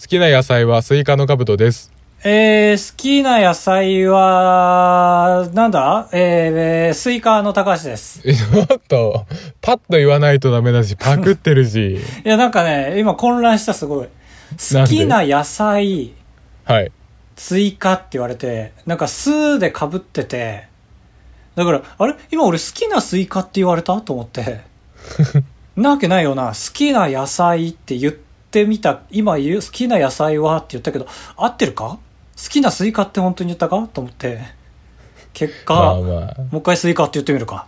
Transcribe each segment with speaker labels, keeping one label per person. Speaker 1: 好きな野菜はスイカのカブトです。
Speaker 2: えー、好きな野菜は、なんだえーえー、スイカの高橋です。
Speaker 1: えちょっと、パッと言わないとダメだし、パクってる し。
Speaker 2: いや、なんかね、今混乱した、すごい。好きな野菜、
Speaker 1: はい。
Speaker 2: 追加って言われて、なんかスで被ってて、だから、あれ今俺好きなスイカって言われたと思って。なわけないよな。好きな野菜って言ってみた、今言う好きな野菜はって言ったけど、合ってるか好きなスイカって本当に言ったかと思って。結果、
Speaker 1: まあまあ。
Speaker 2: もう一回スイカって言ってみるか。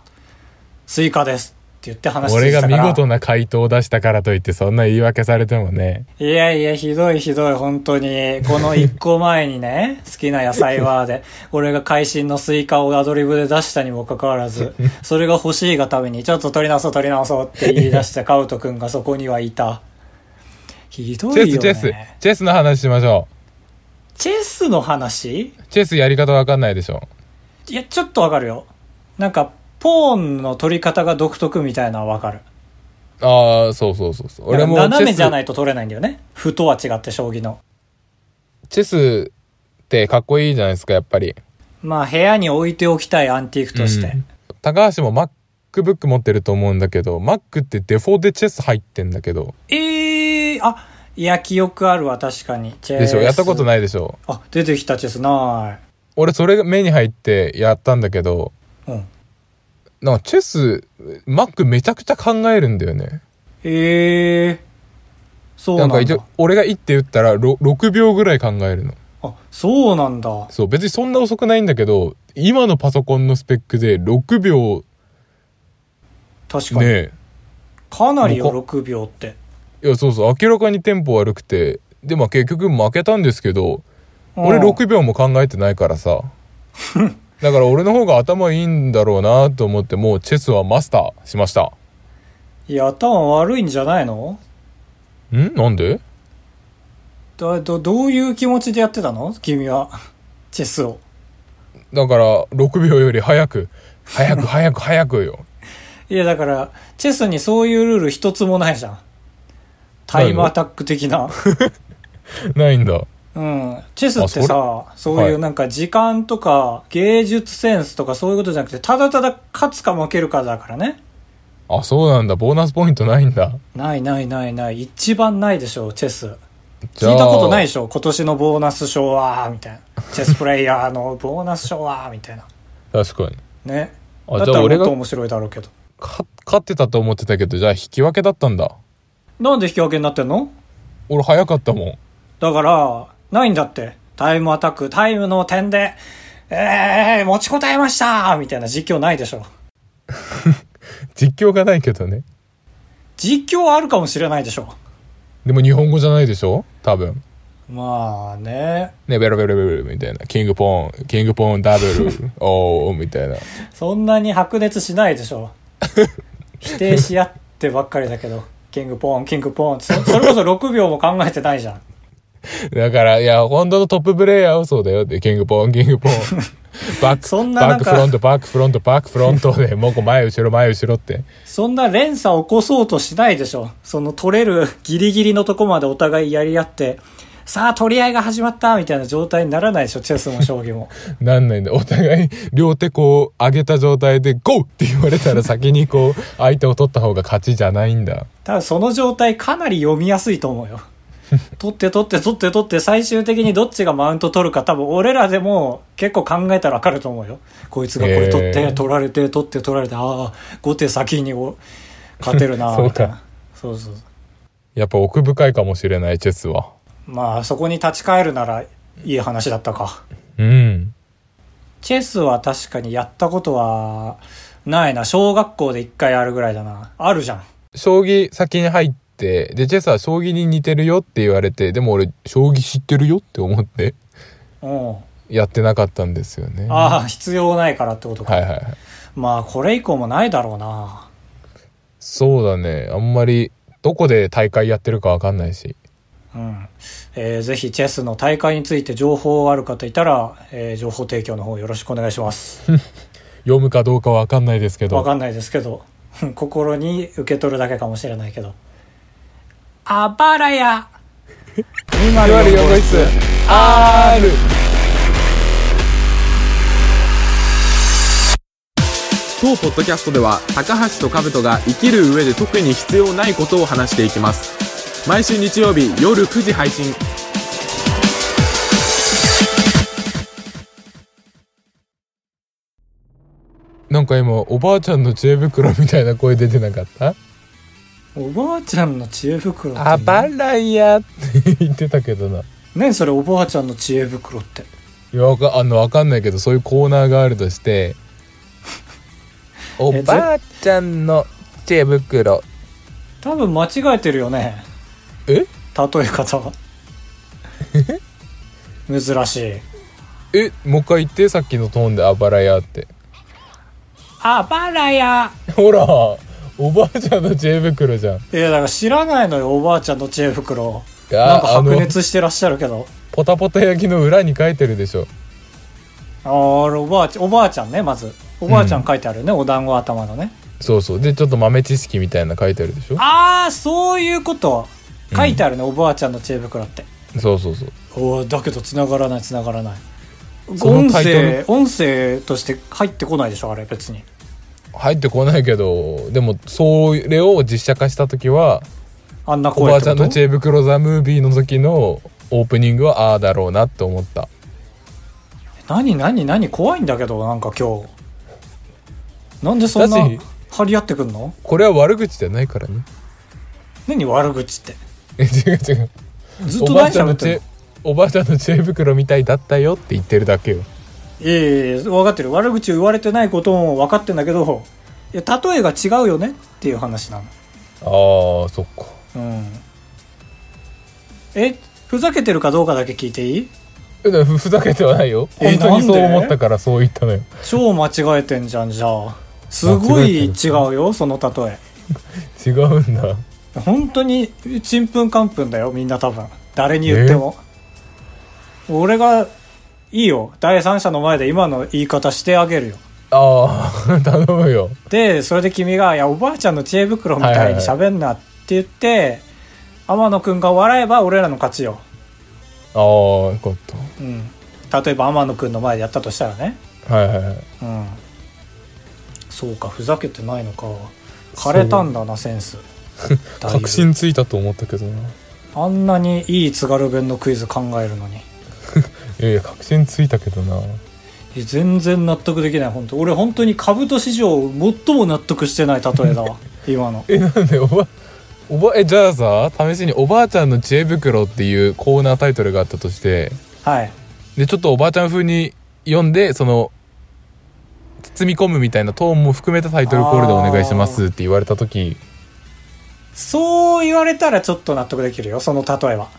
Speaker 2: スイカですって言って話して
Speaker 1: 俺
Speaker 2: き
Speaker 1: が
Speaker 2: たか
Speaker 1: 見
Speaker 2: ら。
Speaker 1: 事な回答を出したからといって、そんな言い訳されてもね。
Speaker 2: いやいや、ひどいひどい、本当に。この一個前にね、 好きな野菜はで、俺が会心のスイカをアドリブで出したにもかかわ らず、それが欲しいがために、ちょっと取り直そう取り直そうって言い出したカウト君がそこにはいた。ひど
Speaker 1: チェ
Speaker 2: い
Speaker 1: ス、
Speaker 2: よ
Speaker 1: チェス
Speaker 2: ね。。
Speaker 1: チェスの話しましょ
Speaker 2: チェスの話
Speaker 1: う。チェスやり方わかんないでしょ。
Speaker 2: いや、ちょっとわかるよ。なんか、ポーンの取り方が独特みたいなのはわかる。
Speaker 1: ああ、そうそうそうそう。俺もチェス。
Speaker 2: 斜めじゃないと取れないんだよね。歩とは違って将棋の。
Speaker 1: チェスってかっこいいじゃないですか、やっぱり。
Speaker 2: まあ部屋に置いておきたいアンティークとして。
Speaker 1: うん高橋も MacBook 持ってると思うんだけど、Mac ってデフォでチェス入ってんだけど。
Speaker 2: ええー、あ、いや、記憶あるわ、確かに。チェス
Speaker 1: でしょやったこと
Speaker 2: い。
Speaker 1: ないでしょ
Speaker 2: あ、出てきたチェスな
Speaker 1: 俺それが目に入ってやったんだけど、
Speaker 2: い。うん。
Speaker 1: なんかチェス、Mac めちゃくちゃ考えるんだよね。
Speaker 2: ええー、そう
Speaker 1: な
Speaker 2: なんんだ。
Speaker 1: か一応、俺が1手打ったらろ6秒ぐらい考えるの。
Speaker 2: あ、そうなんだ。
Speaker 1: そう、別にそんな遅くないんだけど、今のパソコンのスペックで6秒
Speaker 2: 確かに。
Speaker 1: ね、
Speaker 2: かなりよ、
Speaker 1: も
Speaker 2: 6秒って。
Speaker 1: いや、そうそう、明らかにテンポ悪くて、で、まあ結局負けたんですけど、俺
Speaker 2: うん
Speaker 1: 6秒も考えてないから さ。だから俺の方が頭いいんだろうなと思って、もうチェスはマスターしました。
Speaker 2: いや、頭悪いんじゃないの
Speaker 1: んなんで
Speaker 2: だど、どういう気持ちでやってたの君は。チェスを。
Speaker 1: だから、6秒より早く、早く早く早くよ。
Speaker 2: いや、だから、チェスにそういうルール一つもないじゃん。タイムアタック 的な。
Speaker 1: ないんだ。
Speaker 2: うん。チェスってさ、そう
Speaker 1: はい
Speaker 2: いうなんか時間とか芸術センスとかそういうことじゃなくて、ただただ勝つか負けるかだからね。
Speaker 1: あ、そうなんだ。ボーナスポイントないんだ。
Speaker 2: ないないないない。一番ないでしょ、チェス。
Speaker 1: じゃあ
Speaker 2: 聞いたことないでしょ、今年のボーナス賞は、みたいな。チェスプレイヤーのボーナス賞は、みたいな。
Speaker 1: 確かに。
Speaker 2: ね。
Speaker 1: あ
Speaker 2: だっ
Speaker 1: じゃあ
Speaker 2: たらも
Speaker 1: 俺
Speaker 2: っ
Speaker 1: が
Speaker 2: と面白いだろうけど。
Speaker 1: か勝ってたと思ってたけど、じゃあ引き分けだったんだ。
Speaker 2: なんで引き分けになってんの
Speaker 1: 俺早かったもん。
Speaker 2: だから、ないんだって。タイムアタック、タイムの点で、えー、持ちこたえましたみたいな実況ないでしょ。
Speaker 1: 実況がないけどね。
Speaker 2: 実況はあるかもしれないでしょ。
Speaker 1: でも日本語じゃないでしょ多分。
Speaker 2: まあね。
Speaker 1: ね、ベロベロベロベロみたいな。キングポン、キングポンダブル、 おー、みたいな。
Speaker 2: そんなに白熱しないでしょ。否定し合ってばっかりだけど。キングポーン、キングポーンそ。それこそ6秒も考えてないじゃん。
Speaker 1: だから、いや、本当のトッププレイヤーはそうだよって、キングポン、キングポン。 バック、
Speaker 2: そんな
Speaker 1: バ
Speaker 2: な
Speaker 1: ッ
Speaker 2: ん
Speaker 1: ク
Speaker 2: か
Speaker 1: フロント、バックフロント、バックフロントで、もうこう前後ろ、前後ろって。
Speaker 2: そんな連鎖を起こそうとしないでしょ。その取れるギリギリのとこまでお互いやり合って、さあ取り合いが始まったみたいな状態にならないでしょ。チェスも将棋も。
Speaker 1: なんないんだ。お互い、両手こう、上げた状態で、ゴーって言われたら先にこう、相手を取った方が勝ちじゃないんだ。
Speaker 2: 多分その状態かなり読みやすいと思 うよ。取って取って取って取って最終的にどっちがマウント取るか多分俺らでも結構考えたらわかると思うよ。こいつがこれ取っ
Speaker 1: へ
Speaker 2: て
Speaker 1: ー
Speaker 2: 取られて取って取られてああ、5手先にお勝てる な
Speaker 1: そうか
Speaker 2: みたいな。そうそうそう。
Speaker 1: やっぱ奥深いかもしれない、チェスは。
Speaker 2: まあそこに立ち返るならいい話だったか。
Speaker 1: うん。
Speaker 2: チェスは確かにやったことはないな。小学校で一回あるぐらいだな。あるじゃん。
Speaker 1: 将棋先に入って、で、チェスは将棋に似てるよって言われて、でも俺、将棋知ってるよって思って、
Speaker 2: うん。
Speaker 1: やってなかったんですよね。は
Speaker 2: ああ、必要ないからってこと
Speaker 1: い
Speaker 2: か。
Speaker 1: はいはい。
Speaker 2: まあこれ以降もないだろうな。
Speaker 1: そうだね。あんまり、どこで大会やってるかわかんないし。
Speaker 2: うんえーぜひチェスの大会について情報がある方いたら、えー情報提供の方よろしくお願いし ます。
Speaker 1: 読むかどうかわかんないですけど。
Speaker 2: わかんないですけど、 うん 心に受け取るだけかもしれないけど。あばらや
Speaker 1: 204
Speaker 2: 204号
Speaker 1: 号
Speaker 2: 室
Speaker 1: 室 R
Speaker 3: 当ポッドキャストでは高橋と兜が生きる上で特に必要ないことを話していきます毎週日曜日夜9時配信
Speaker 1: なんか今おばあちゃんの知恵袋みたいな声出てなかった
Speaker 2: おばあちゃんの知恵袋って
Speaker 1: あばらやって言ってたけどな
Speaker 2: 何それおばあちゃんの知恵袋って
Speaker 1: いやわかあのわかんないけどそういうコーナーがあるとしてお
Speaker 2: え
Speaker 1: ばあちゃんの知恵袋
Speaker 2: 多分間違えてるよね
Speaker 1: え
Speaker 2: 例え 方珍しい
Speaker 1: えもう一回言ってさっきのトーンであばらやって
Speaker 2: あばらや
Speaker 1: ほらおばあちゃんの知恵袋じゃん
Speaker 2: いやだから知らないのよおばあちゃんの知恵袋
Speaker 1: あ
Speaker 2: なんか
Speaker 1: あ
Speaker 2: 白
Speaker 1: の
Speaker 2: 熱してらっしゃるけど
Speaker 1: ポタポタ焼きの裏に書いてるでしょ
Speaker 2: あーあれおばあちゃんおばあちゃんねまずおばあちゃん書いてあるよね、お団子頭のね
Speaker 1: そうそうでちょっと豆知識みたいなの書いてあるでしょ
Speaker 2: ああそういうこと書いてあるね、おばあちゃんの知恵袋って
Speaker 1: そうそうそう
Speaker 2: おーだけど繋がらない繋がらない
Speaker 1: そ
Speaker 2: 音
Speaker 1: のタイト
Speaker 2: 声
Speaker 1: ル
Speaker 2: 音声として入ってこないでしょあれ別に
Speaker 1: 入ってこないけどでもそれを実写化した時は
Speaker 2: あんな
Speaker 1: お
Speaker 2: 声
Speaker 1: ば
Speaker 2: っ
Speaker 1: あ
Speaker 2: て
Speaker 1: ちゃ
Speaker 2: こ
Speaker 1: ん
Speaker 2: と
Speaker 1: の知恵袋ザムービーの時のオープニングはああだろうなって思った
Speaker 2: 何何何怖いんだけどなんか今日なんでそんな
Speaker 1: だし
Speaker 2: 張り合ってくんの
Speaker 1: これは悪口じゃないからね
Speaker 2: 何悪口って
Speaker 1: え違う違う
Speaker 2: ずっ
Speaker 1: お
Speaker 2: と
Speaker 1: ばあ
Speaker 2: 何
Speaker 1: ちゃん
Speaker 2: 喋
Speaker 1: の
Speaker 2: って
Speaker 1: 知
Speaker 2: んの
Speaker 1: 恵おばあちゃんの知恵袋みたいだったよって言ってるだけよ
Speaker 2: いやいやいや分かってる悪口を言われてないことも分かってんだけどいや例えが違うよねっていう話なの
Speaker 1: ああそっか
Speaker 2: うんえふざけてるかどうかだけ聞いていい
Speaker 1: えだからふふざけてはないよ
Speaker 2: え
Speaker 1: 本当にそう
Speaker 2: なんで
Speaker 1: 思ったからそう言ったのよ
Speaker 2: 超間違えてんじゃんじゃあすごい違うよその例
Speaker 1: 違うんだ
Speaker 2: え本当にちんぷんかんぷんだよみんな多分誰に言っても俺がいいよ第三者の前で今の言い方してあげるよ
Speaker 1: ああ 頼むよ
Speaker 2: でそれで君が「いやおばあちゃんの知恵袋みたいに喋んな」って言って、天野くんが笑えば俺らの勝ちよ、
Speaker 1: ああよかっ
Speaker 2: うん、例えば天野くんの前でやったとしたらね
Speaker 1: たはいはいはい
Speaker 2: うんそうかふざけてないのか枯れたんだなセ ンスだいぶ
Speaker 1: 確信ついたと思ったけどな
Speaker 2: あんなにいい津軽弁のクイズ考えるのに
Speaker 1: いやいや確信ついたけどな
Speaker 2: え全然納得できない本当俺本当に兜史上最も納得してない例え だわ今の
Speaker 1: えなんでおばおばえじゃあさ試しに「おばあちゃんの知恵袋」っていうコーナータイトルがあったとして
Speaker 2: はい
Speaker 1: でちょっとおばあちゃん風に読んでその包み込むみたいなトーンも含めたタイトルコールでお願いしますって言われた時
Speaker 2: そう言われたらちょっと納得できるよ、その例えは。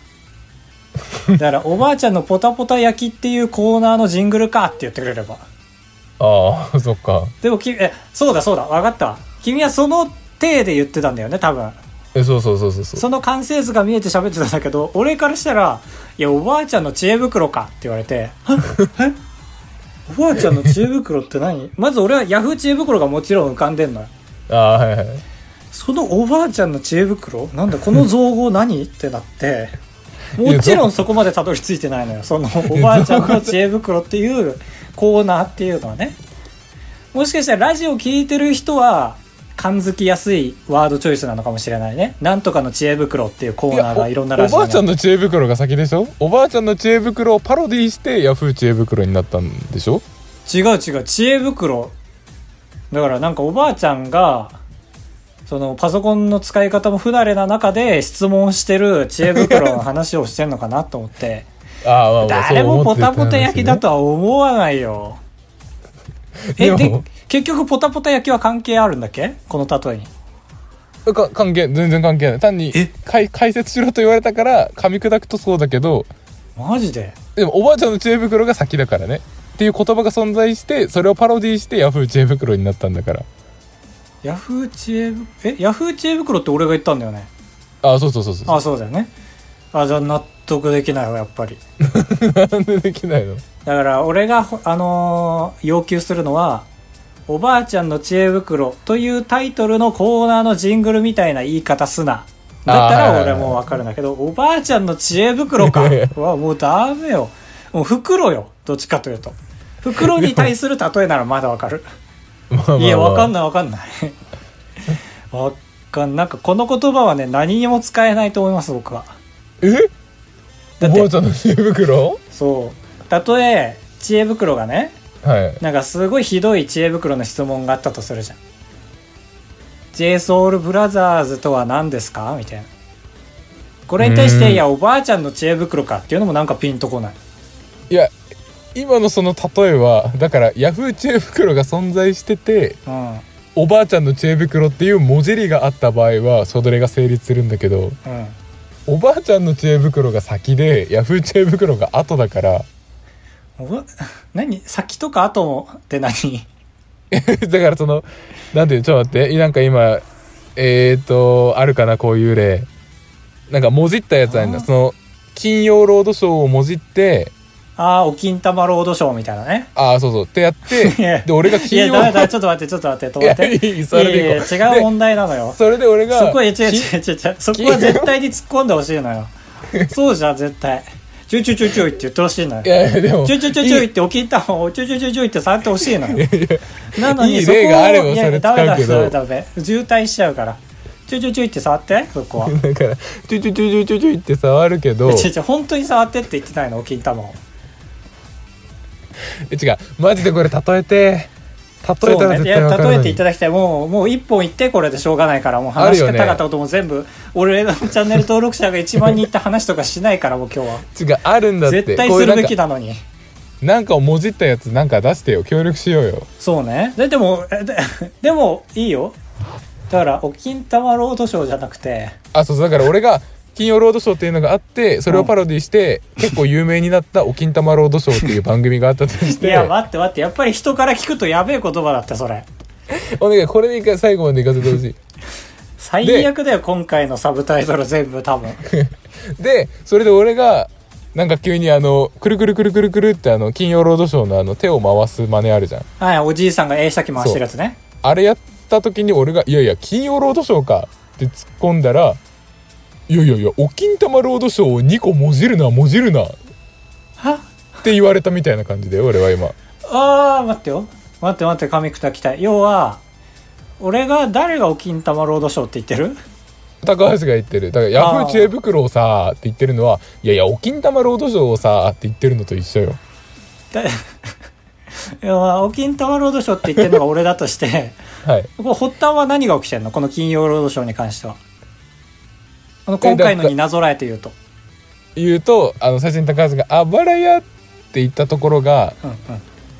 Speaker 2: だから、 おばあちゃんのポタポタ焼きっていうコーナーのジングルかって言ってくれれば。
Speaker 1: ああ そっか
Speaker 2: でもき、え、そうだそうだ、わかったわ。君はその体で言ってたんだよね、多分。
Speaker 1: えそうそうそうそうそう
Speaker 2: その完成図が見えて喋ってたんだけど、俺からしたら、いや、おばあちゃんの知恵袋かって言われて、はえおばあちゃんの知恵袋って何まず俺はヤフー知恵袋がもちろん浮かんでんのよ。
Speaker 1: ああはいはい
Speaker 2: そのおばあちゃんの知恵袋なんだこの造語何ってなってもちろんそこまでたどり着いてないのよそのおばあちゃんの知恵袋っていうコーナーっていうのはねもしかしたらラジオ聞いてる人は感づきやすいワードチョイスなのかもしれないねなんとかの知恵袋っていうコーナーがいろんなラジ
Speaker 1: お
Speaker 2: オ
Speaker 1: ばあちゃん
Speaker 2: の
Speaker 1: の知恵袋が先でしょおばあちゃんの知恵袋をパロディしてヤフー知恵袋になったんでしょ
Speaker 2: 違う違う知恵袋だからなんかおばあちゃんがそのパソコンの使い方も不慣れな中で質問してる知恵袋の話をしてんのかなと思って
Speaker 1: あ あまあまあ
Speaker 2: 誰もポタポタ焼きだ
Speaker 1: と
Speaker 2: とは思わな いよ。え、
Speaker 1: でも
Speaker 2: で、結局ポタポタ焼きは関係あるんだっけこの例えに。
Speaker 1: か関係全然関係ない単に
Speaker 2: え
Speaker 1: かい解説しろと言われたから噛み砕くとそうだけど
Speaker 2: マジで
Speaker 1: でもおばあちゃんの知恵袋が先だからねっていう言葉が存在してそれをパロディしてヤフー知恵袋になったんだから
Speaker 2: ヤフー知恵ぶ、え、ヤフー知恵袋って俺が言ったんだよね。
Speaker 1: あそうそうそうそう
Speaker 2: あ、そうだよね。あ、じゃあ納得できないわ、やっぱり。
Speaker 1: なんでできないの
Speaker 2: だから俺がほ、あのー要求するのは、おばあちゃんの知恵袋というタイトルのコーナーのジングルみたいな言い方すなだ
Speaker 1: あー
Speaker 2: った
Speaker 1: はい
Speaker 2: ら
Speaker 1: はいはい
Speaker 2: 俺もわかるんだけど、おばあちゃんの知恵 袋か。うわ、もうダメよ。もう袋よ。どっちかというと。袋に対する例えならまだわかる。
Speaker 1: まあまあまあ
Speaker 2: いや、わかんないわ かんない。わかん、なんかこの言葉はね、何にも使えないと思います、僕は。
Speaker 1: え
Speaker 2: だ
Speaker 1: お
Speaker 2: って
Speaker 1: ばあちゃんの知恵袋
Speaker 2: そう。たとえ、知恵袋がね、
Speaker 1: はい
Speaker 2: なんかすごいひどい知恵袋の質問があったとするじゃん。JSOULBROTHERS とは何ですかみたいな。これに対し
Speaker 1: う
Speaker 2: て、
Speaker 1: ん
Speaker 2: いや、おばあちゃんの知恵袋かっていうのもなんかピンとこない。
Speaker 1: いや今のその例えはだからヤフー知恵袋が存在してて
Speaker 2: うん。うん。
Speaker 1: おばあちゃんの知恵袋っていう文字りがあった場合はそれが成立するんだけどおばあちゃんの知恵袋が先でヤフー知恵袋が後だから
Speaker 2: おば 何先とか後もって何
Speaker 1: だからそのなんていうちょっと待ってなんか今えー、とあるかなこういう例なんかもじったやつあるんだ
Speaker 2: あー
Speaker 1: その「金曜ロードショー」をもじって
Speaker 2: ああ、お金玉ロードショーみたいなね。
Speaker 1: ああそうそうってやっ
Speaker 2: いや
Speaker 1: てで俺が
Speaker 2: い
Speaker 1: 金
Speaker 2: や、
Speaker 1: 曜
Speaker 2: だめだ、ちょっと待って、ちょっと待って、止まって。
Speaker 1: いやいいそれでいこう
Speaker 2: やいや違う問題なのよ。そ
Speaker 1: それで俺が
Speaker 2: こは、いや違う違う違う違う、そこは絶対に突っ込んでほしいのよ。そうじゃん、絶対。ちょいちょいちょいちょいって言ってほしいのよ
Speaker 1: い。やいやでも
Speaker 2: ちょいちょいちょいちょい
Speaker 1: い
Speaker 2: って、おきたをちょいちょいちょいちょいって触ってほしいのよ。なの
Speaker 1: い
Speaker 2: に、
Speaker 1: い
Speaker 2: そこを、
Speaker 1: 例があれば
Speaker 2: いやい
Speaker 1: それ
Speaker 2: やダメ
Speaker 1: 使う
Speaker 2: だ、
Speaker 1: けど
Speaker 2: ダメダメ。渋滞しちゃうから。ちょいちょいちょいって触って、そこは。い
Speaker 1: だからちょいちょいちょいちょいちょいちょいって触るけど
Speaker 2: や違う違う、本当に触ってって言ってないの、おきんたまを。
Speaker 1: え違うマジでこれ例えて例えた
Speaker 2: そう
Speaker 1: ら
Speaker 2: ね、
Speaker 1: 絶
Speaker 2: い
Speaker 1: 対
Speaker 2: や
Speaker 1: わかる
Speaker 2: 例
Speaker 1: の
Speaker 2: え
Speaker 1: に
Speaker 2: ていただきたいもうもう一本言ってこれでしょうがないからもう話し
Speaker 1: あるよ
Speaker 2: て
Speaker 1: ね
Speaker 2: たかったことも全部、俺のチャンネル登録者が1万人いった話とかしないからもう今日は
Speaker 1: 違うあるん だって
Speaker 2: 絶対
Speaker 1: こうい
Speaker 2: す
Speaker 1: うな
Speaker 2: る
Speaker 1: んか
Speaker 2: べきなのに
Speaker 1: なんかをもじったやつなんか出してよ協力しようよ
Speaker 2: そうねででもえで でもいいよだから「お金玉ロードショー」じゃなくて
Speaker 1: あそうそうだから俺が「金曜ロードショー」っていうのがあってそれをパロディして、結構有名になった「お金玉ロードショー」っていう番組があったとし
Speaker 2: い
Speaker 1: て
Speaker 2: や待って待ってやっぱり人から聞くとやべえ言葉だってそれ
Speaker 1: お願いこれで一回最後までいかせてほしい
Speaker 2: 最悪だよ今回のサブタイトル全部多分
Speaker 1: でそれで俺がなんか急にあのくるくるくるくるくるってあの金曜ロードショーのあの手を回す真似あるじゃん
Speaker 2: はいおじいさんが A 社機回してるやつね
Speaker 1: あれやった時に俺が「いやいや金曜ロードショーか」って突っ込んだら「いやいやいやお金玉ロードショーを2個もじるなもじるな」っ
Speaker 2: は
Speaker 1: て言われたみたいな感じで俺は今
Speaker 2: あー待ってよ待って待って上下来たい要は俺が誰がお金玉ロードショーって言ってる
Speaker 1: 高橋が言ってるだからヤフー知恵袋をさーって言ってるのは「いやいやお金玉ロードショーをさーって言ってるのと一緒よ
Speaker 2: だ 要はお金玉ロードショーって言ってるのが俺だとして
Speaker 1: はい
Speaker 2: これ発端は何が起きてんのこの金曜ロードショーに関してはこの今回のになぞらえて言うと
Speaker 1: 言うとあの最初に高橋が「あばらや」って言ったところが
Speaker 2: うんうん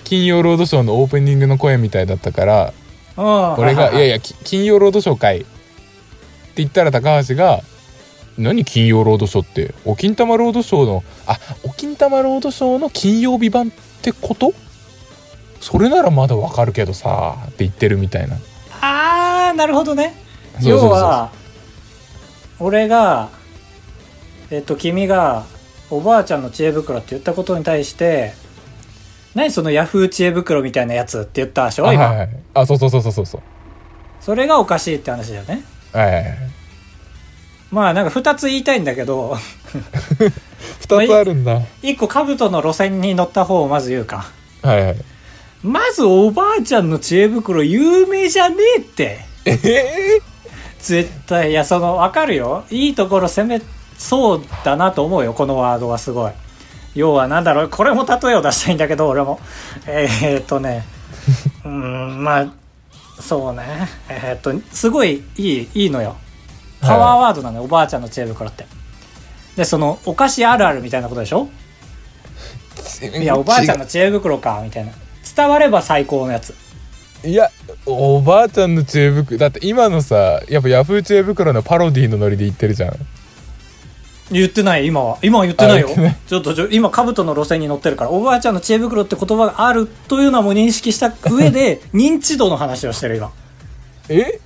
Speaker 1: 金曜ロードショーのオープニングの声みたいだったから
Speaker 2: あー
Speaker 1: 俺
Speaker 2: は
Speaker 1: が「
Speaker 2: はい
Speaker 1: やいやき金曜ロードショーかい」って言ったら高橋が「何金曜ロードショーってお金玉ロードショーのあお金玉ロードショーの金曜日版ってことそれならまだわかるけどさ」って言ってるみたいな。
Speaker 2: あーなるほどね
Speaker 1: そうそうそう
Speaker 2: 要は俺がえっと君がおばあちゃんの知恵袋って言ったことに対して何そのヤフー知恵袋みたいなやつって言ったでしょ
Speaker 1: あ
Speaker 2: 今、
Speaker 1: はいはい、あそうそうそうそうそうそう
Speaker 2: それがおかしいって話だよね
Speaker 1: はいはいはい
Speaker 2: まあなんか2つ言いたいんだけど
Speaker 1: 2つあるんだ
Speaker 2: 1個兜の路線に乗った方をまず言うか
Speaker 1: はいはい
Speaker 2: まずおばあちゃんの知恵袋有名じゃねえって
Speaker 1: ええ
Speaker 2: 絶対いやその分かるよいいところ攻めそうだなと思うよこのワードはすごい要はなんだろうこれも例えを出したいんだけど俺もえー、っとねうーんまあそうねえー、っとすごいいいいいのよパワーワードなのよ、おばあちゃんの知恵袋ってでそのお菓子あるあるみたいなことでしょいやおばあちゃんの知恵袋かみたいな伝われば最高のやつ
Speaker 1: いやおばあちゃんの知恵袋だって今のさやっぱヤフー知恵袋のパロディのノリで言ってるじゃん
Speaker 2: 言ってない今は今は言ってないよ
Speaker 1: あ言ってない
Speaker 2: ちょっとちょ今兜の路線に乗ってるからおばあちゃんの知恵袋って言葉があるというのはもう認識した上で 認知度の話をしてる今
Speaker 1: え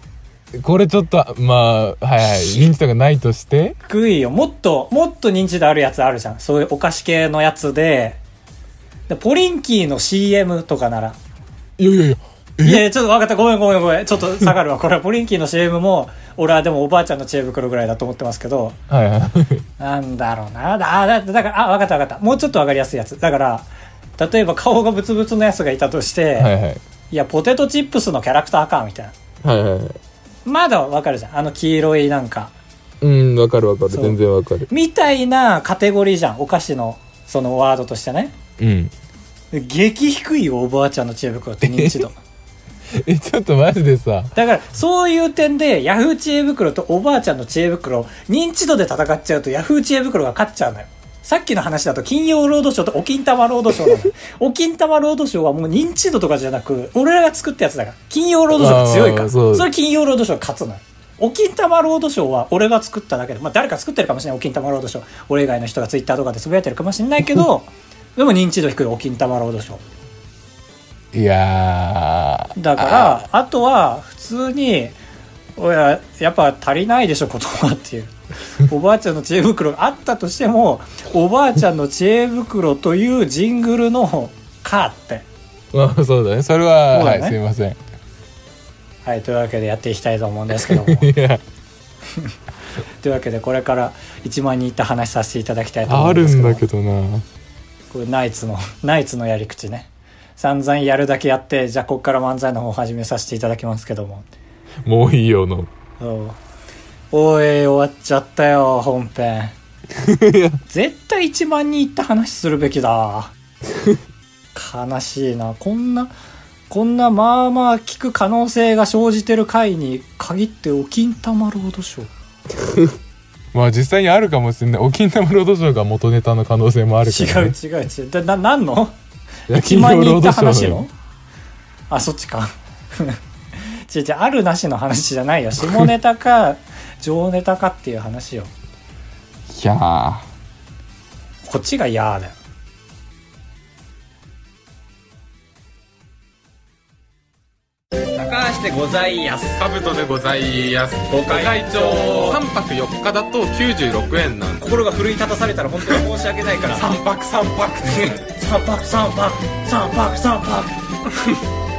Speaker 1: これちょっとまあはいはい認知とかないとして
Speaker 2: 低いよもっともっと認知度あるやつあるじゃんそういうお菓子系のやつででポリンキーの CM とかなら
Speaker 1: いやいやいや
Speaker 2: いやいやちょっと分かったごめんごめんごめんちょっと下がるわこれはポリンキーの CM も俺はでもおばあちゃんの知恵袋ぐらいだと思ってますけど
Speaker 1: はいはい
Speaker 2: なんだろうなだだだからあ分かった分かったもうちょっと分かりやすいやつだから例えば顔がブツブツのやつがいたとして、
Speaker 1: はいはい
Speaker 2: いやポテトチップスのキャラクターかみたいな
Speaker 3: はいはいはい
Speaker 2: まだ分かるじゃんあの黄色いなんか
Speaker 3: うんわかるわかる
Speaker 2: そう
Speaker 3: 全然わかる
Speaker 2: みたいなカテゴリーじゃんお菓子のそのワードとしてね
Speaker 1: うん
Speaker 2: 激低いよおばあちゃんの知恵袋って認知度
Speaker 1: えちょっとマジでさ
Speaker 2: だからそういう点でヤフー知恵袋とおばあちゃんの知恵袋認知度で戦っちゃうとヤフー知恵袋が勝っちゃうのよさっきの話だと金曜ロードショーとお金玉ロードショー なのよお金玉ロードショーはもう認知度とかじゃなく俺らが作ったやつだから金曜ロードショーが強い
Speaker 1: あー
Speaker 2: から
Speaker 1: そ
Speaker 2: そうれ金曜ロードショーが勝つのよお金玉ロードショーは俺が作っただけで、まあ、誰か作ってるかもしれないお金玉ロードショー俺以外の人がツイッターとかでつぶやいてるかもしれない けどでも認知度低いお金玉ロードショー
Speaker 1: いやー
Speaker 2: だからあとは普通におややっぱ足りないでしょ言葉っていう おばあちゃんの知恵袋があったとしてもおばあちゃんの知恵袋というジングルの「か」って
Speaker 1: まあそうだねそれは
Speaker 2: そうだね
Speaker 1: はいすいま せん
Speaker 2: はいというわけでやっていきたいと思うんですけ ども
Speaker 1: いや
Speaker 2: というわけでこれから1万人いった話させていただきたいと思
Speaker 1: あ
Speaker 2: うんで
Speaker 1: る
Speaker 2: すけ
Speaker 1: ん
Speaker 2: ど
Speaker 1: だけどな
Speaker 2: これナイツのナイツのやり口ね散々やるだけやってじゃあここから漫才の方を始めさせていただきますけども
Speaker 1: もういいよの
Speaker 2: そうおい終わっちゃったよ本 編絶対1万人いった話するべきだ悲しいなこんなこんなまあまあ聞く可能性が生じてる回に限ってお金玉ロードショー
Speaker 1: まあ実際にあるかもしれない沖縄ロードショーが元ネタの可能性もあるから、
Speaker 2: 違
Speaker 1: ね、
Speaker 2: う違う違うだな 何の
Speaker 1: 違う
Speaker 2: 1万人いった話のあそっちか 違う違うあるなしの話じゃないよ下ネタか上ネタかっていう話よ
Speaker 1: いやー
Speaker 2: こっちが嫌だよ
Speaker 3: 高橋でございやすカブトでございやすご会長3泊4日だと96円なんです
Speaker 2: 心が奮い立たされたら本当に申し訳ないから
Speaker 3: 3泊3泊って
Speaker 2: 三泊三泊三泊三 泊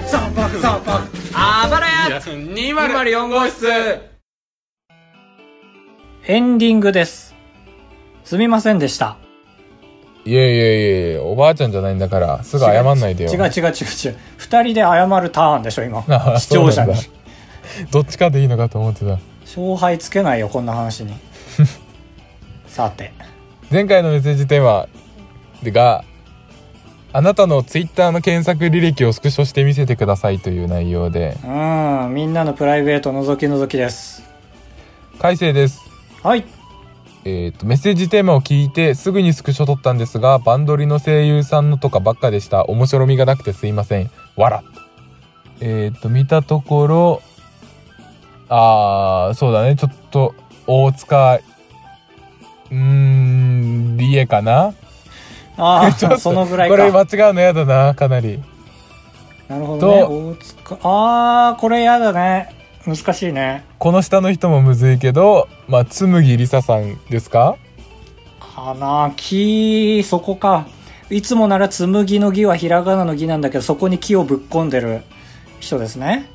Speaker 2: 三泊三泊
Speaker 3: あばらや204号室
Speaker 2: エンディングですすみませんでした
Speaker 1: いやいやいやおばあちゃんじゃないんだからすぐ謝んないでよ
Speaker 2: 違う違う違う違う二人で謝るターンでしょ今
Speaker 1: あ
Speaker 2: 視聴者に
Speaker 1: そうどっちかでいいのかと思ってた
Speaker 2: 勝敗つけないよこんな話 にさて
Speaker 1: 前回のメッセージテーマがあなたのツイッターの検索履歴をスクショしてみせてくださいという内容で
Speaker 2: うんみんなのプライベート覗き覗きです
Speaker 1: 改正です
Speaker 2: はい
Speaker 1: えー、とメッセージテーマを聞いてすぐにスクショ撮ったんですがバンドリの声優さんのとかばっかでした面白みがなくてすいませんわらえっ、と見たところあーそうだねちょっと大塚うーん理恵かな
Speaker 2: あ
Speaker 1: ちょっと
Speaker 2: あそのぐらい
Speaker 1: これ間
Speaker 2: か
Speaker 1: 違うのやだなかなり
Speaker 2: なるほどね
Speaker 1: と
Speaker 2: 大塚ああこれやだね難しいね
Speaker 1: この下の人もむずいけどまあ紬りささんですか
Speaker 2: かな木そこかいつもなら紬の木はひらがなの木なんだけどそこに木をぶっ込んでる人ですね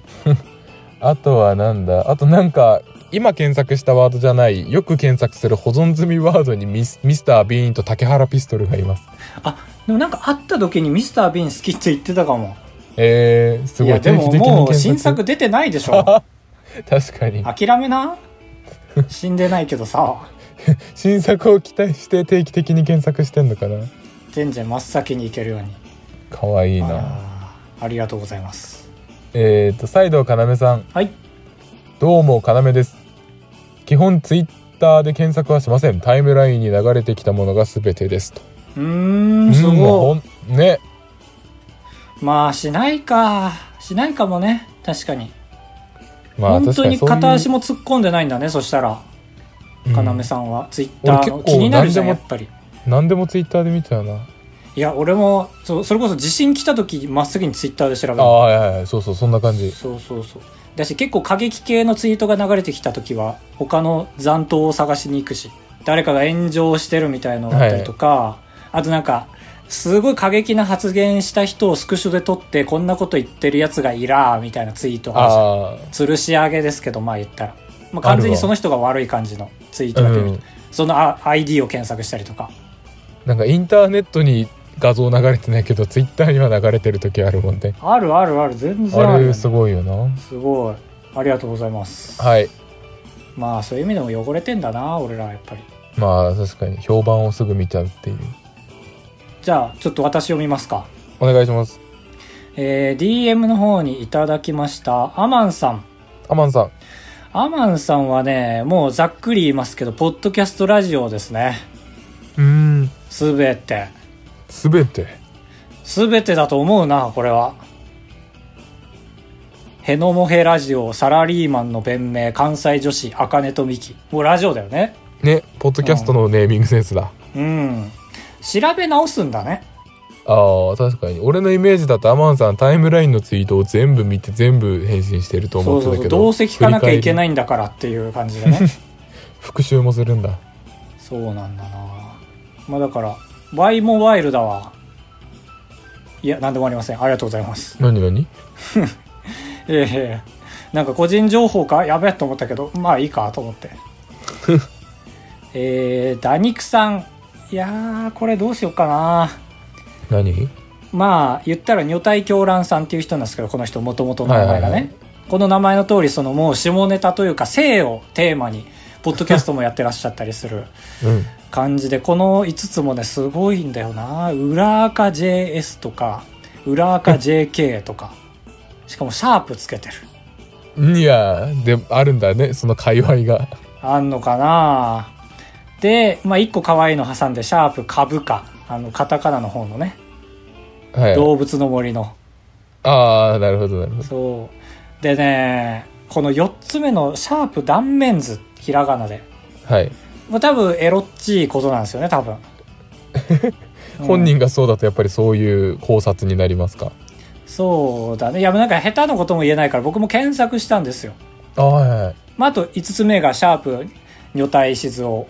Speaker 1: あとはなんだあとなんか今検索したワードじゃないよく検索する保存済みワードにミスミスター・ビーンと竹原ピストルがいます
Speaker 2: あでもなんか会った時にミスター・ビーン好きって言ってたかも
Speaker 1: えー、す
Speaker 2: い
Speaker 1: ごい
Speaker 2: やで
Speaker 1: 定
Speaker 2: も
Speaker 1: 期的に
Speaker 2: もう
Speaker 1: 検
Speaker 2: 新作出てないでしょ
Speaker 1: あ 確かに
Speaker 2: 諦めな死んでないけどさ
Speaker 1: 新作を期待して定期的に検索してんのかな
Speaker 2: 全然真っ先に行けるように
Speaker 1: かわいいな
Speaker 2: あーありがとうございます
Speaker 1: えー、とサイド要さん
Speaker 2: はい
Speaker 1: どうも要です基本ツイッターで検索はしませんタイムラインに流れてきたものが全てですと
Speaker 2: うーんす
Speaker 1: うん
Speaker 2: ごい、
Speaker 1: ほんね
Speaker 2: まあしないかしないかもね確かに
Speaker 1: まあ
Speaker 2: 本当に片足
Speaker 1: も
Speaker 2: も突っ込んでないんだねそしたら要さんは、ツイッ
Speaker 1: 俺
Speaker 2: ター
Speaker 1: 結構
Speaker 2: 気になるじゃんや
Speaker 1: 何
Speaker 2: っ
Speaker 1: で
Speaker 2: ぱり
Speaker 1: 何でもツイッターで見ちゃうない
Speaker 2: や俺もそうそれこそ地震来た時まっすぐにツイッターで調べ
Speaker 1: ああは
Speaker 2: る
Speaker 1: いはいはいそうそうそんな感じ
Speaker 2: そうそうそうだし結構過激系のツイートが流れてきた時は他の残党を探しに行くし誰かが炎上してるみたいのがあったりとか、あとなんかすごい過激な発言した人をスクショで撮って、こんなこと言ってるやつがいらーみたいなツイートが、
Speaker 1: あ
Speaker 2: 吊るし上げですけど、まあ言ったら。まあ完全にその人が悪い感じのツイー
Speaker 1: あ、
Speaker 2: ト
Speaker 1: う
Speaker 2: だけ見て
Speaker 1: ん、
Speaker 2: そのあ ID を検索したりとか。
Speaker 1: なんかインターネットに画像流れてないけどツイッターには流れてる時あるもんね
Speaker 2: あるあるある、全然あ
Speaker 1: あ
Speaker 2: るよ
Speaker 1: れ
Speaker 2: ね。
Speaker 1: すごいよな
Speaker 2: すごい。ありがとうございます。
Speaker 1: はい
Speaker 2: まあそういう意味でも汚れてんだな、俺らやっぱり。
Speaker 1: まあ確かに評判をすぐ見ちゃうっていう
Speaker 2: じゃあ、ちょっと私読みますか。
Speaker 1: お願いします
Speaker 2: えー DM の方にいただきました。アマンさん。
Speaker 1: アマンさん
Speaker 2: アマンさんはね、もうざっくり言いますけど、ポッドキャストラジオですね。
Speaker 1: うん
Speaker 2: すべて。
Speaker 1: 全て
Speaker 2: すべてだと思うな、これは。ヘノモヘラジオ、サラリーマンの弁明、関西女子、アカネとミキ。もうラジオだよね。
Speaker 1: ねポッドキャストのネーミングセンスだ、
Speaker 2: うん。調べ直すんだね。
Speaker 1: ああ確かに俺のイメージだとアマンさんタイムラインのツイートを全部見て全部返信してると思
Speaker 2: そう
Speaker 1: って
Speaker 2: そ
Speaker 1: た
Speaker 2: うそ
Speaker 1: け
Speaker 2: う。
Speaker 1: ど
Speaker 2: どうせ聞かなきゃいけ
Speaker 1: い
Speaker 2: ないんだからっていう感じでね。
Speaker 1: 復習もするんだ
Speaker 2: そうなんだなまあだから、バイモバイルだわ。いや、なんでもありません。ありがとうございます。
Speaker 1: 何何
Speaker 2: ええなんか個人情報かやべえと思ったけど、まあいいかと 思って。えー、ダニクさん。いやー、これどうしようかな
Speaker 1: 何
Speaker 2: まあ、言ったら女体狂乱さんっていう人なんですけど、この人、もともとの名前がね。
Speaker 1: はいはいはい
Speaker 2: この名前の通り、そのもう下ネタというか、性をテーマに、ポッドキャストもやってらっしゃったりする。
Speaker 1: うん
Speaker 2: 感じでこの5つもねすごいんだよな裏垢 JS とか裏垢 JK とかしかもシャープつけてる
Speaker 1: いやーであるんだねその界隈が
Speaker 2: あんのかなで、まあ、1個可愛いの挟んでシャープ株価あのカタカナの方のね
Speaker 1: はい
Speaker 2: 動物の森の
Speaker 1: ああなるほどなるほど
Speaker 2: そうでねこの4つ目のシャープ断面図ひらがなで
Speaker 1: はい、
Speaker 2: まあ多分エロっちいことなんですよね多分
Speaker 1: 本人がそうだとやっぱりそういう考察になりますか
Speaker 2: そうだね。いや、なんか下手なことも言えないから、僕も検索したんですよ。
Speaker 1: あーはいはい
Speaker 2: まあ、あと5つ目が、シャープ、女体静雄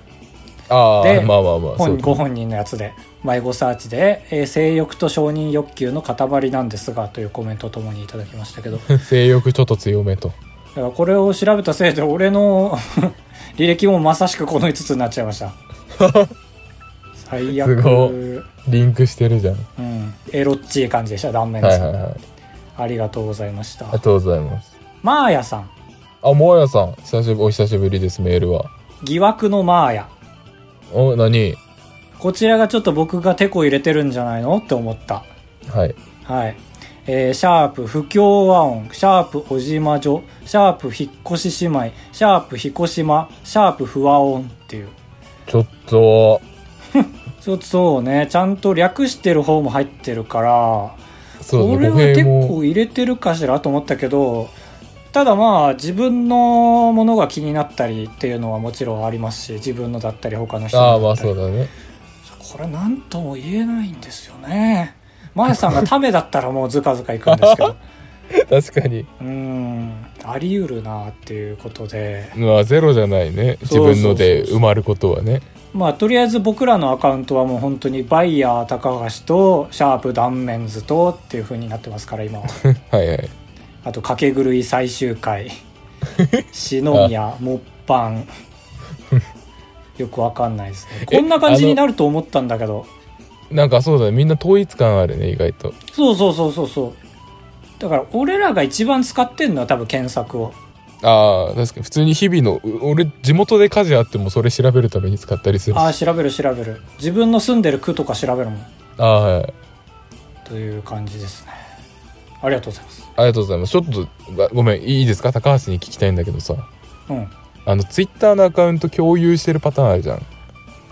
Speaker 1: あ
Speaker 2: で
Speaker 1: あまあまあまあそう
Speaker 2: 本、ご本人のやつで、迷子サーチで、えー性欲と承認欲求の塊なんですが、というコメントともにいただきましたけど、だ
Speaker 1: 性欲ちょっと強めと
Speaker 2: からこれを調べたせいで、俺の 履歴もまさしくこの5つになっちゃいました。最悪。
Speaker 1: すごリンクしてるじゃん
Speaker 2: うん。エロっちい感じでした、断面で
Speaker 1: は
Speaker 2: す、
Speaker 1: いはいはい
Speaker 2: ありがとうございました
Speaker 1: ありが。とうございます
Speaker 2: マーヤさん、
Speaker 1: あもやさん久しぶりお久しぶりですメールは
Speaker 2: 疑惑のマーヤ。
Speaker 1: お何
Speaker 2: こちらがちょっと僕がテコ入れてるんじゃないのって思った。
Speaker 1: はい
Speaker 2: はい。えー、シャープ不協和音、シャープおじまじょ、シャープ引っ越し姉妹、シャープ彦島、シャープ不和音っていう。
Speaker 1: ちょっと
Speaker 2: ちょっとそうね、ちゃんと略してる方も入ってるから、
Speaker 1: そう
Speaker 2: これ
Speaker 1: だ
Speaker 2: は
Speaker 1: ね
Speaker 2: 結
Speaker 1: 語弊も
Speaker 2: 構入れてるかしらと思ったけど、ただまあ自分のものが気になったりっていうのはもちろんありますし、自分のだったり他の人のだ
Speaker 1: あ
Speaker 2: った
Speaker 1: あまあそ
Speaker 2: り。
Speaker 1: うだ ね
Speaker 2: これ何とも言えないんですよね。マヤさんがためだったらもうずかずかいくんですけど。
Speaker 1: 確かに
Speaker 2: うーん、あり得るなっていうことで。
Speaker 1: まあゼロじゃないね自
Speaker 2: そうそうそ
Speaker 1: 分
Speaker 2: う
Speaker 1: ので埋まることはね
Speaker 2: まあとりあえず僕らのアカウントはもう本当にバイヤー高橋とシャープ断面図とっていう風になってますから今は。
Speaker 1: はいはい
Speaker 2: あと、掛け狂い最終回。しのみや、もっぱん。よくわかんないですね。
Speaker 1: え
Speaker 2: こんな感じになると思ったんだけど。
Speaker 1: なんかそうだねみんな統一感あるね意外と
Speaker 2: そうそうそうそうそう。だから俺らが一番使ってんのは多分検索を。
Speaker 1: ああ確かに普通に日々のう俺地元で火事あってもそれ調べるために使ったりするし
Speaker 2: ああ、調べる調べる。自分の住んでる区とか調べるもん。
Speaker 1: ああはい
Speaker 2: という感じですね。ありがとうございます。
Speaker 1: ありがとうございますちょっとごごめんいいですか高橋に聞きたいんだけどさ
Speaker 2: う
Speaker 1: あのツイッターのアカウント共有してるパターンあるじゃん
Speaker 2: ん。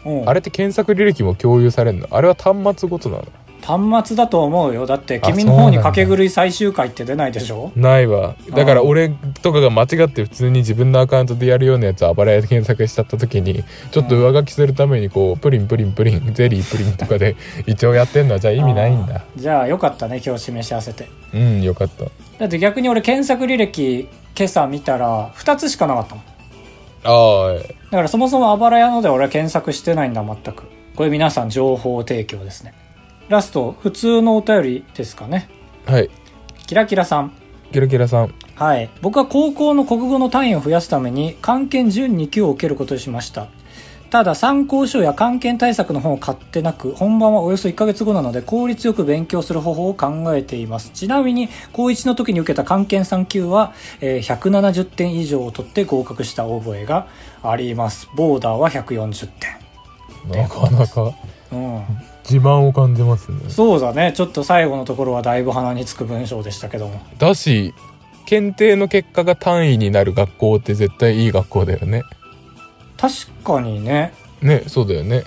Speaker 2: うん、
Speaker 1: あれって検索履歴も共有されるのあれは端末ごとなの
Speaker 2: 端末だと思うよ。だって
Speaker 1: あ
Speaker 2: 君の方に
Speaker 1: そうなんだ
Speaker 2: 掛け狂い最終回って出ないでしょ
Speaker 1: ないわだから俺とかが間違って普通に自分のアカウントでやるようなやつをあばらやで検索しちゃった時にちょっと上書きするためにこうプリンプリンプリ ンゼリープリンとかで一応やってんのはじゃあ意味ないんだ
Speaker 2: あーじゃあよかったね、今日示し合わせて。
Speaker 1: うんよかった
Speaker 2: だって逆に俺検索履歴今朝見たら2つしかなかったもん。
Speaker 1: ああ
Speaker 2: だからそもそもあばら屋ので俺は検索してないんだ、全く。これ皆さん情報提供ですね。ラスト、普通のお便りですかね。
Speaker 1: はい
Speaker 2: キラキラさん。
Speaker 1: キラキラさん
Speaker 2: はい。僕は高校の国語の単位を増やすために、漢検準2級を受けることにしました。ただ、参考書や漢検対策の本を買ってなく、本番はおよそ1ヶ月後なので、効率よく勉強する方法を考えています。ちなみに、高1の時に受けた漢検3級は、えー170点以上を取って合格した覚えがあります。ボーダーは140
Speaker 1: なかなか
Speaker 2: 点。うん。
Speaker 1: 自慢を感じますね
Speaker 2: そうだね。ちょっと最後のところはだいぶ鼻につく文章でしたけども。
Speaker 1: だし検定の結果が単位になる学校って絶対いい学校だよね
Speaker 2: 確かにね、
Speaker 1: ねそうだよね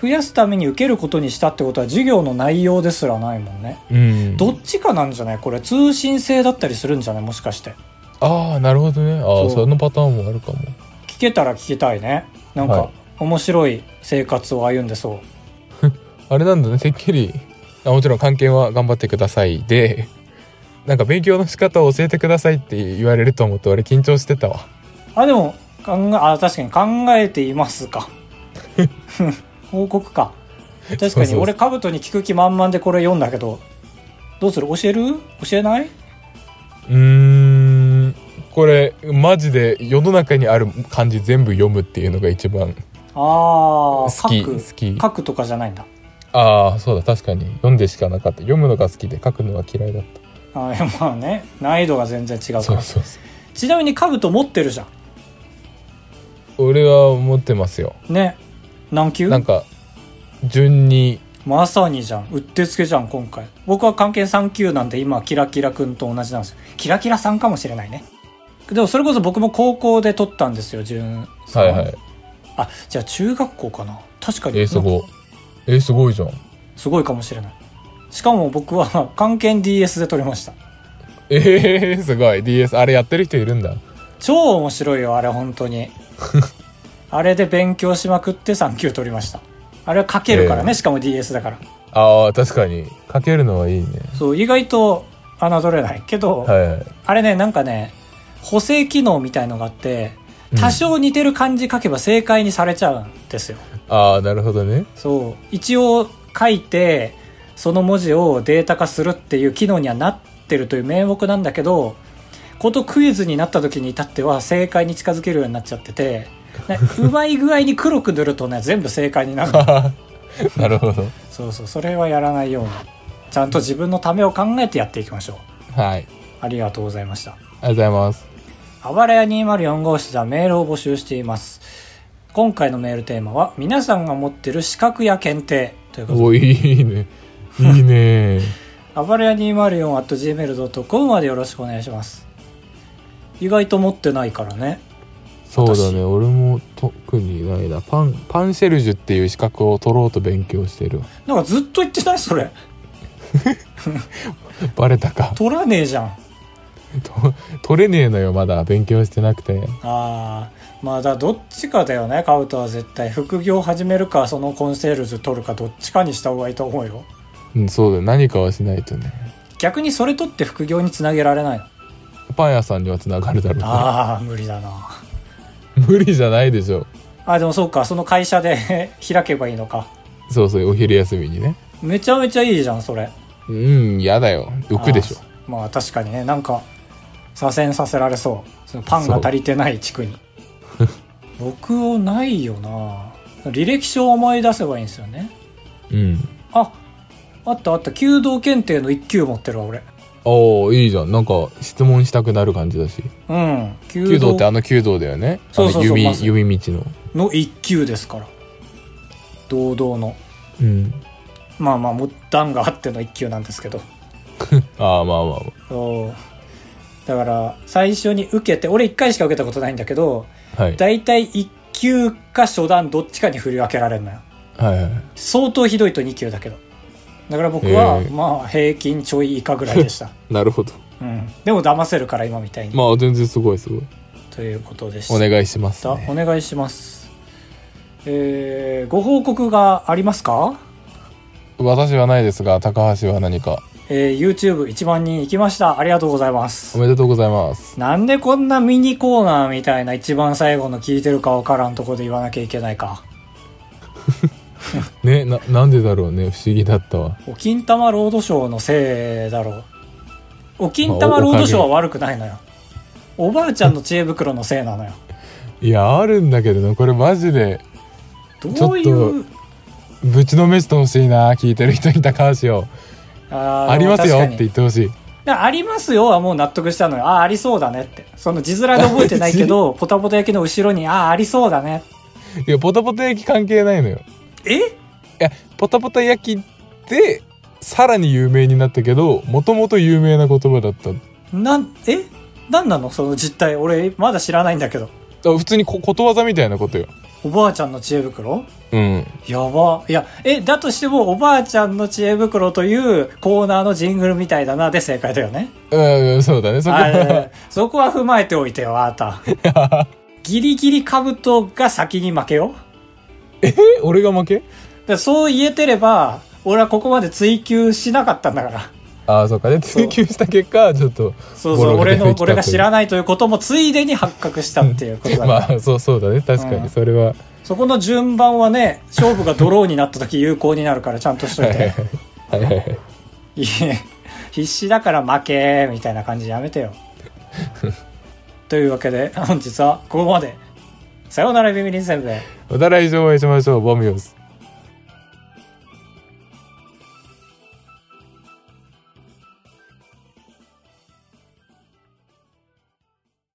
Speaker 2: 増やすために受けることにしたってことは授業の内容ですらないもんね。
Speaker 1: うん
Speaker 2: どっちかなんじゃないこれ通信制だったりするんじゃないもしかして。
Speaker 1: ああなるほどねあ
Speaker 2: そ
Speaker 1: あ
Speaker 2: う
Speaker 1: そのパターンもあるかも
Speaker 2: 聞けたら聞きたいね。なん
Speaker 1: はい
Speaker 2: か面白い生活を歩んでそう。
Speaker 1: あれなんだねてっきりあもちろん関係は頑張ってくださいで なんか勉強の仕方を教えてくださいって言われると思って俺緊張してたわ
Speaker 2: あ、でも、考え、あ、確かに考えていま すか。報告か。確
Speaker 1: そ
Speaker 2: か
Speaker 1: うそ
Speaker 2: に
Speaker 1: う
Speaker 2: 俺カブトに聞く気満々でこれ読んだけど、どうする教える教えないう
Speaker 1: ーんこれマジで世の中にある漢字全部読むっていうのが一番
Speaker 2: ああ、
Speaker 1: 好
Speaker 2: 書
Speaker 1: き
Speaker 2: く
Speaker 1: 好。き
Speaker 2: 書くとかじゃないんだ。
Speaker 1: ああそうだ確かに読んでしかなかった読むのが好きで書くのは嫌いだっ
Speaker 2: あいやまあね、難易度が全然違
Speaker 1: た
Speaker 2: うか
Speaker 1: そう
Speaker 2: ら。
Speaker 1: そうそ
Speaker 2: ちなみにカブト持ってるじゃ
Speaker 1: う俺は思ってますよ
Speaker 2: ん。ね。何級
Speaker 1: なんか順に
Speaker 2: まさにじゃん。うってつけじゃん、今回。僕は関係3級なんで、今、キラキラくんと同じなんですよ。キラキラさんかもしれないね。でも、それこそ僕も高校で取ったんですよ、順。
Speaker 1: はいはい
Speaker 2: あ、じゃあ中学校かな。確かに。
Speaker 1: えー、すごいえー、すごいじゃん
Speaker 2: すごいかもしれない。しかも僕は、 関係 DS で取りました。
Speaker 1: えー、すごい DS あれやってる人いるんだ
Speaker 2: 超面白いよ、あれ、本 当に。あれで勉強しまくって3級取りました。あれは書けるからね、
Speaker 1: ええ
Speaker 2: しかも DS だから。
Speaker 1: ああ確かにかけるのはいいね
Speaker 2: そう、意外と侮れないけど、
Speaker 1: はいはい
Speaker 2: あれね、なんかね、補正機能みたいのがあって
Speaker 1: う、ん
Speaker 2: 多少似てる漢字書けば正解にされちゃうんですよ。
Speaker 1: ああなるほどね
Speaker 2: そう。一応書いて、その文字をデータ化するっていう機能にはなってるという名目なんだけど、ことクイズになった時に至っては正解に近づけるようになっちゃってて、ねうまい具合に黒く塗るとね、全部正解にな るの。
Speaker 1: なるほど
Speaker 2: そうそう、それはやらないように。ちゃんと自分のためを考えてやっていきましょう。
Speaker 1: はい
Speaker 2: ありがとうございました。
Speaker 1: ありがとうございます
Speaker 2: 暴れ屋204号室ではメールを募集しています。今回のメールテーマは、皆さんが持ってる資格や検定ということで、
Speaker 1: おいいねいい ね
Speaker 2: 暴れ屋 204.gmail.com までよろしくお願いします。意外と持ってないからね。
Speaker 1: そうだね俺も特にないなパンパンシェルジュっていう資格を取ろうと勉強してる
Speaker 2: なんかずっと言ってないそれ。
Speaker 1: バレたか
Speaker 2: 取らねえじゃん。
Speaker 1: と取れねえのよまだ勉強してなくて
Speaker 2: あー。まあだ、どっちかだよね、カウトは絶対。副業始めるか、そのコンセールズ取るか、どっちかにした方がいいと思うよ。
Speaker 1: うんそうだよ何かはしないとね
Speaker 2: 逆にそれ取って副業につなげられないの。
Speaker 1: パン屋さんにはつながるだろうね
Speaker 2: あー、無理だな。
Speaker 1: 無理じゃないでしょ
Speaker 2: あ、でもそうか、その会社で 開けばいいのか。
Speaker 1: そうそうお昼休みにね
Speaker 2: めちゃめちゃいいじゃん、それ。
Speaker 1: うん嫌だよ浮くでしょ
Speaker 2: あーまあ確かにね、なんか、左遷させられそう。そのパンが足りてない地区に。 僕をないよな履歴書を思い出せばいいんですよね。
Speaker 1: うん
Speaker 2: あ、あったあった、弓道検定の1級持ってるわ、俺。
Speaker 1: おーいいじゃんなんか質問したくなる感じだし
Speaker 2: うん。
Speaker 1: 弓
Speaker 2: 弓
Speaker 1: 道
Speaker 2: 道
Speaker 1: ってあの弓道だよね
Speaker 2: そうそうそう
Speaker 1: あの
Speaker 2: まさに
Speaker 1: 弓弓道の
Speaker 2: の1級ですから。堂々の。
Speaker 1: うん
Speaker 2: まあまあ、もう段があっての1級なんですけど。
Speaker 1: ああまあまあま
Speaker 2: そうだから最初に受けて俺1回しか受けたことないんだけど
Speaker 1: あはい
Speaker 2: 大体1級か初段どっちかに振り分けられるのよ
Speaker 1: はいはい
Speaker 2: 相当ひどいと2級だけどだから僕は
Speaker 1: へえ
Speaker 2: まあ平均ちょい以下ぐらいでした
Speaker 1: なるほど
Speaker 2: うんでも騙せるから今みたいに、
Speaker 1: まあ全然すごいすごい
Speaker 2: ということでした
Speaker 1: お願いします、ね、
Speaker 2: お願いしますえー、ご報告がありますか
Speaker 1: 私はないですが高橋は何か
Speaker 2: えー、YouTube1 万人行きましたありがとうございます
Speaker 1: おめでとうございます
Speaker 2: なんでこんなミニコーナーみたいな一番最後の聞いてるかわからんとこで言わなきゃいけないか。
Speaker 1: ねななんでだろうね不思議だったわ
Speaker 2: お金玉ロードショーのせいだろうお金玉ロードショーは悪くないのよおばあちゃんの知恵袋のせいなのよ
Speaker 1: いやあるんだけどなこれマジで
Speaker 2: どういう
Speaker 1: ぶちのめしてほしいな聞いてる人に高橋を
Speaker 2: あー
Speaker 1: ありますよ
Speaker 2: 確
Speaker 1: っ
Speaker 2: かに
Speaker 1: て言ってほしい
Speaker 2: だからありますよはもう納得したのよああありそうだねってその字面で覚えてない けどポタポタ焼きの後ろにああありそうだね
Speaker 1: いやポタポタ焼き関係ないのよ
Speaker 2: え
Speaker 1: いやポタポタ焼きってさらに有名になったけどもともと有名な言葉だった
Speaker 2: なんえなんなのその実態俺まだ知らないんだけど
Speaker 1: あ普通にこことわざみたいなことよ
Speaker 2: おばあちゃんの知恵袋
Speaker 1: うん
Speaker 2: やばいやえだとしてもおばあちゃんの知恵袋というコーナーのジングルみたいだなで正解だよね
Speaker 1: うんそうだねそこ
Speaker 2: あ
Speaker 1: は
Speaker 2: ーそこは踏まえておいてよあ なたギリギリ兜が先に負けよ
Speaker 1: え俺が負け
Speaker 2: でそう言えてれば俺はここまで追求しなかったんだから
Speaker 1: ああそうかで
Speaker 2: そう
Speaker 1: 追求した結果ちょっと
Speaker 2: そうそう
Speaker 1: ボロ出
Speaker 2: 俺
Speaker 1: てきたと
Speaker 2: の
Speaker 1: いう
Speaker 2: 俺が知らないということもついでに発覚したっていうことだ、
Speaker 1: まあそうそうだね確か
Speaker 2: うん
Speaker 1: にそれは、
Speaker 2: そこの順番はね勝負がドローになった時有効になるからちゃんとしとい
Speaker 1: はいはい
Speaker 2: て
Speaker 1: はいはいはい
Speaker 2: いえ 必死だから負けみたいな感じやめてよというわけで本日はここまでさようならビビリンせんべい
Speaker 1: また来週お会いしましょうボミオス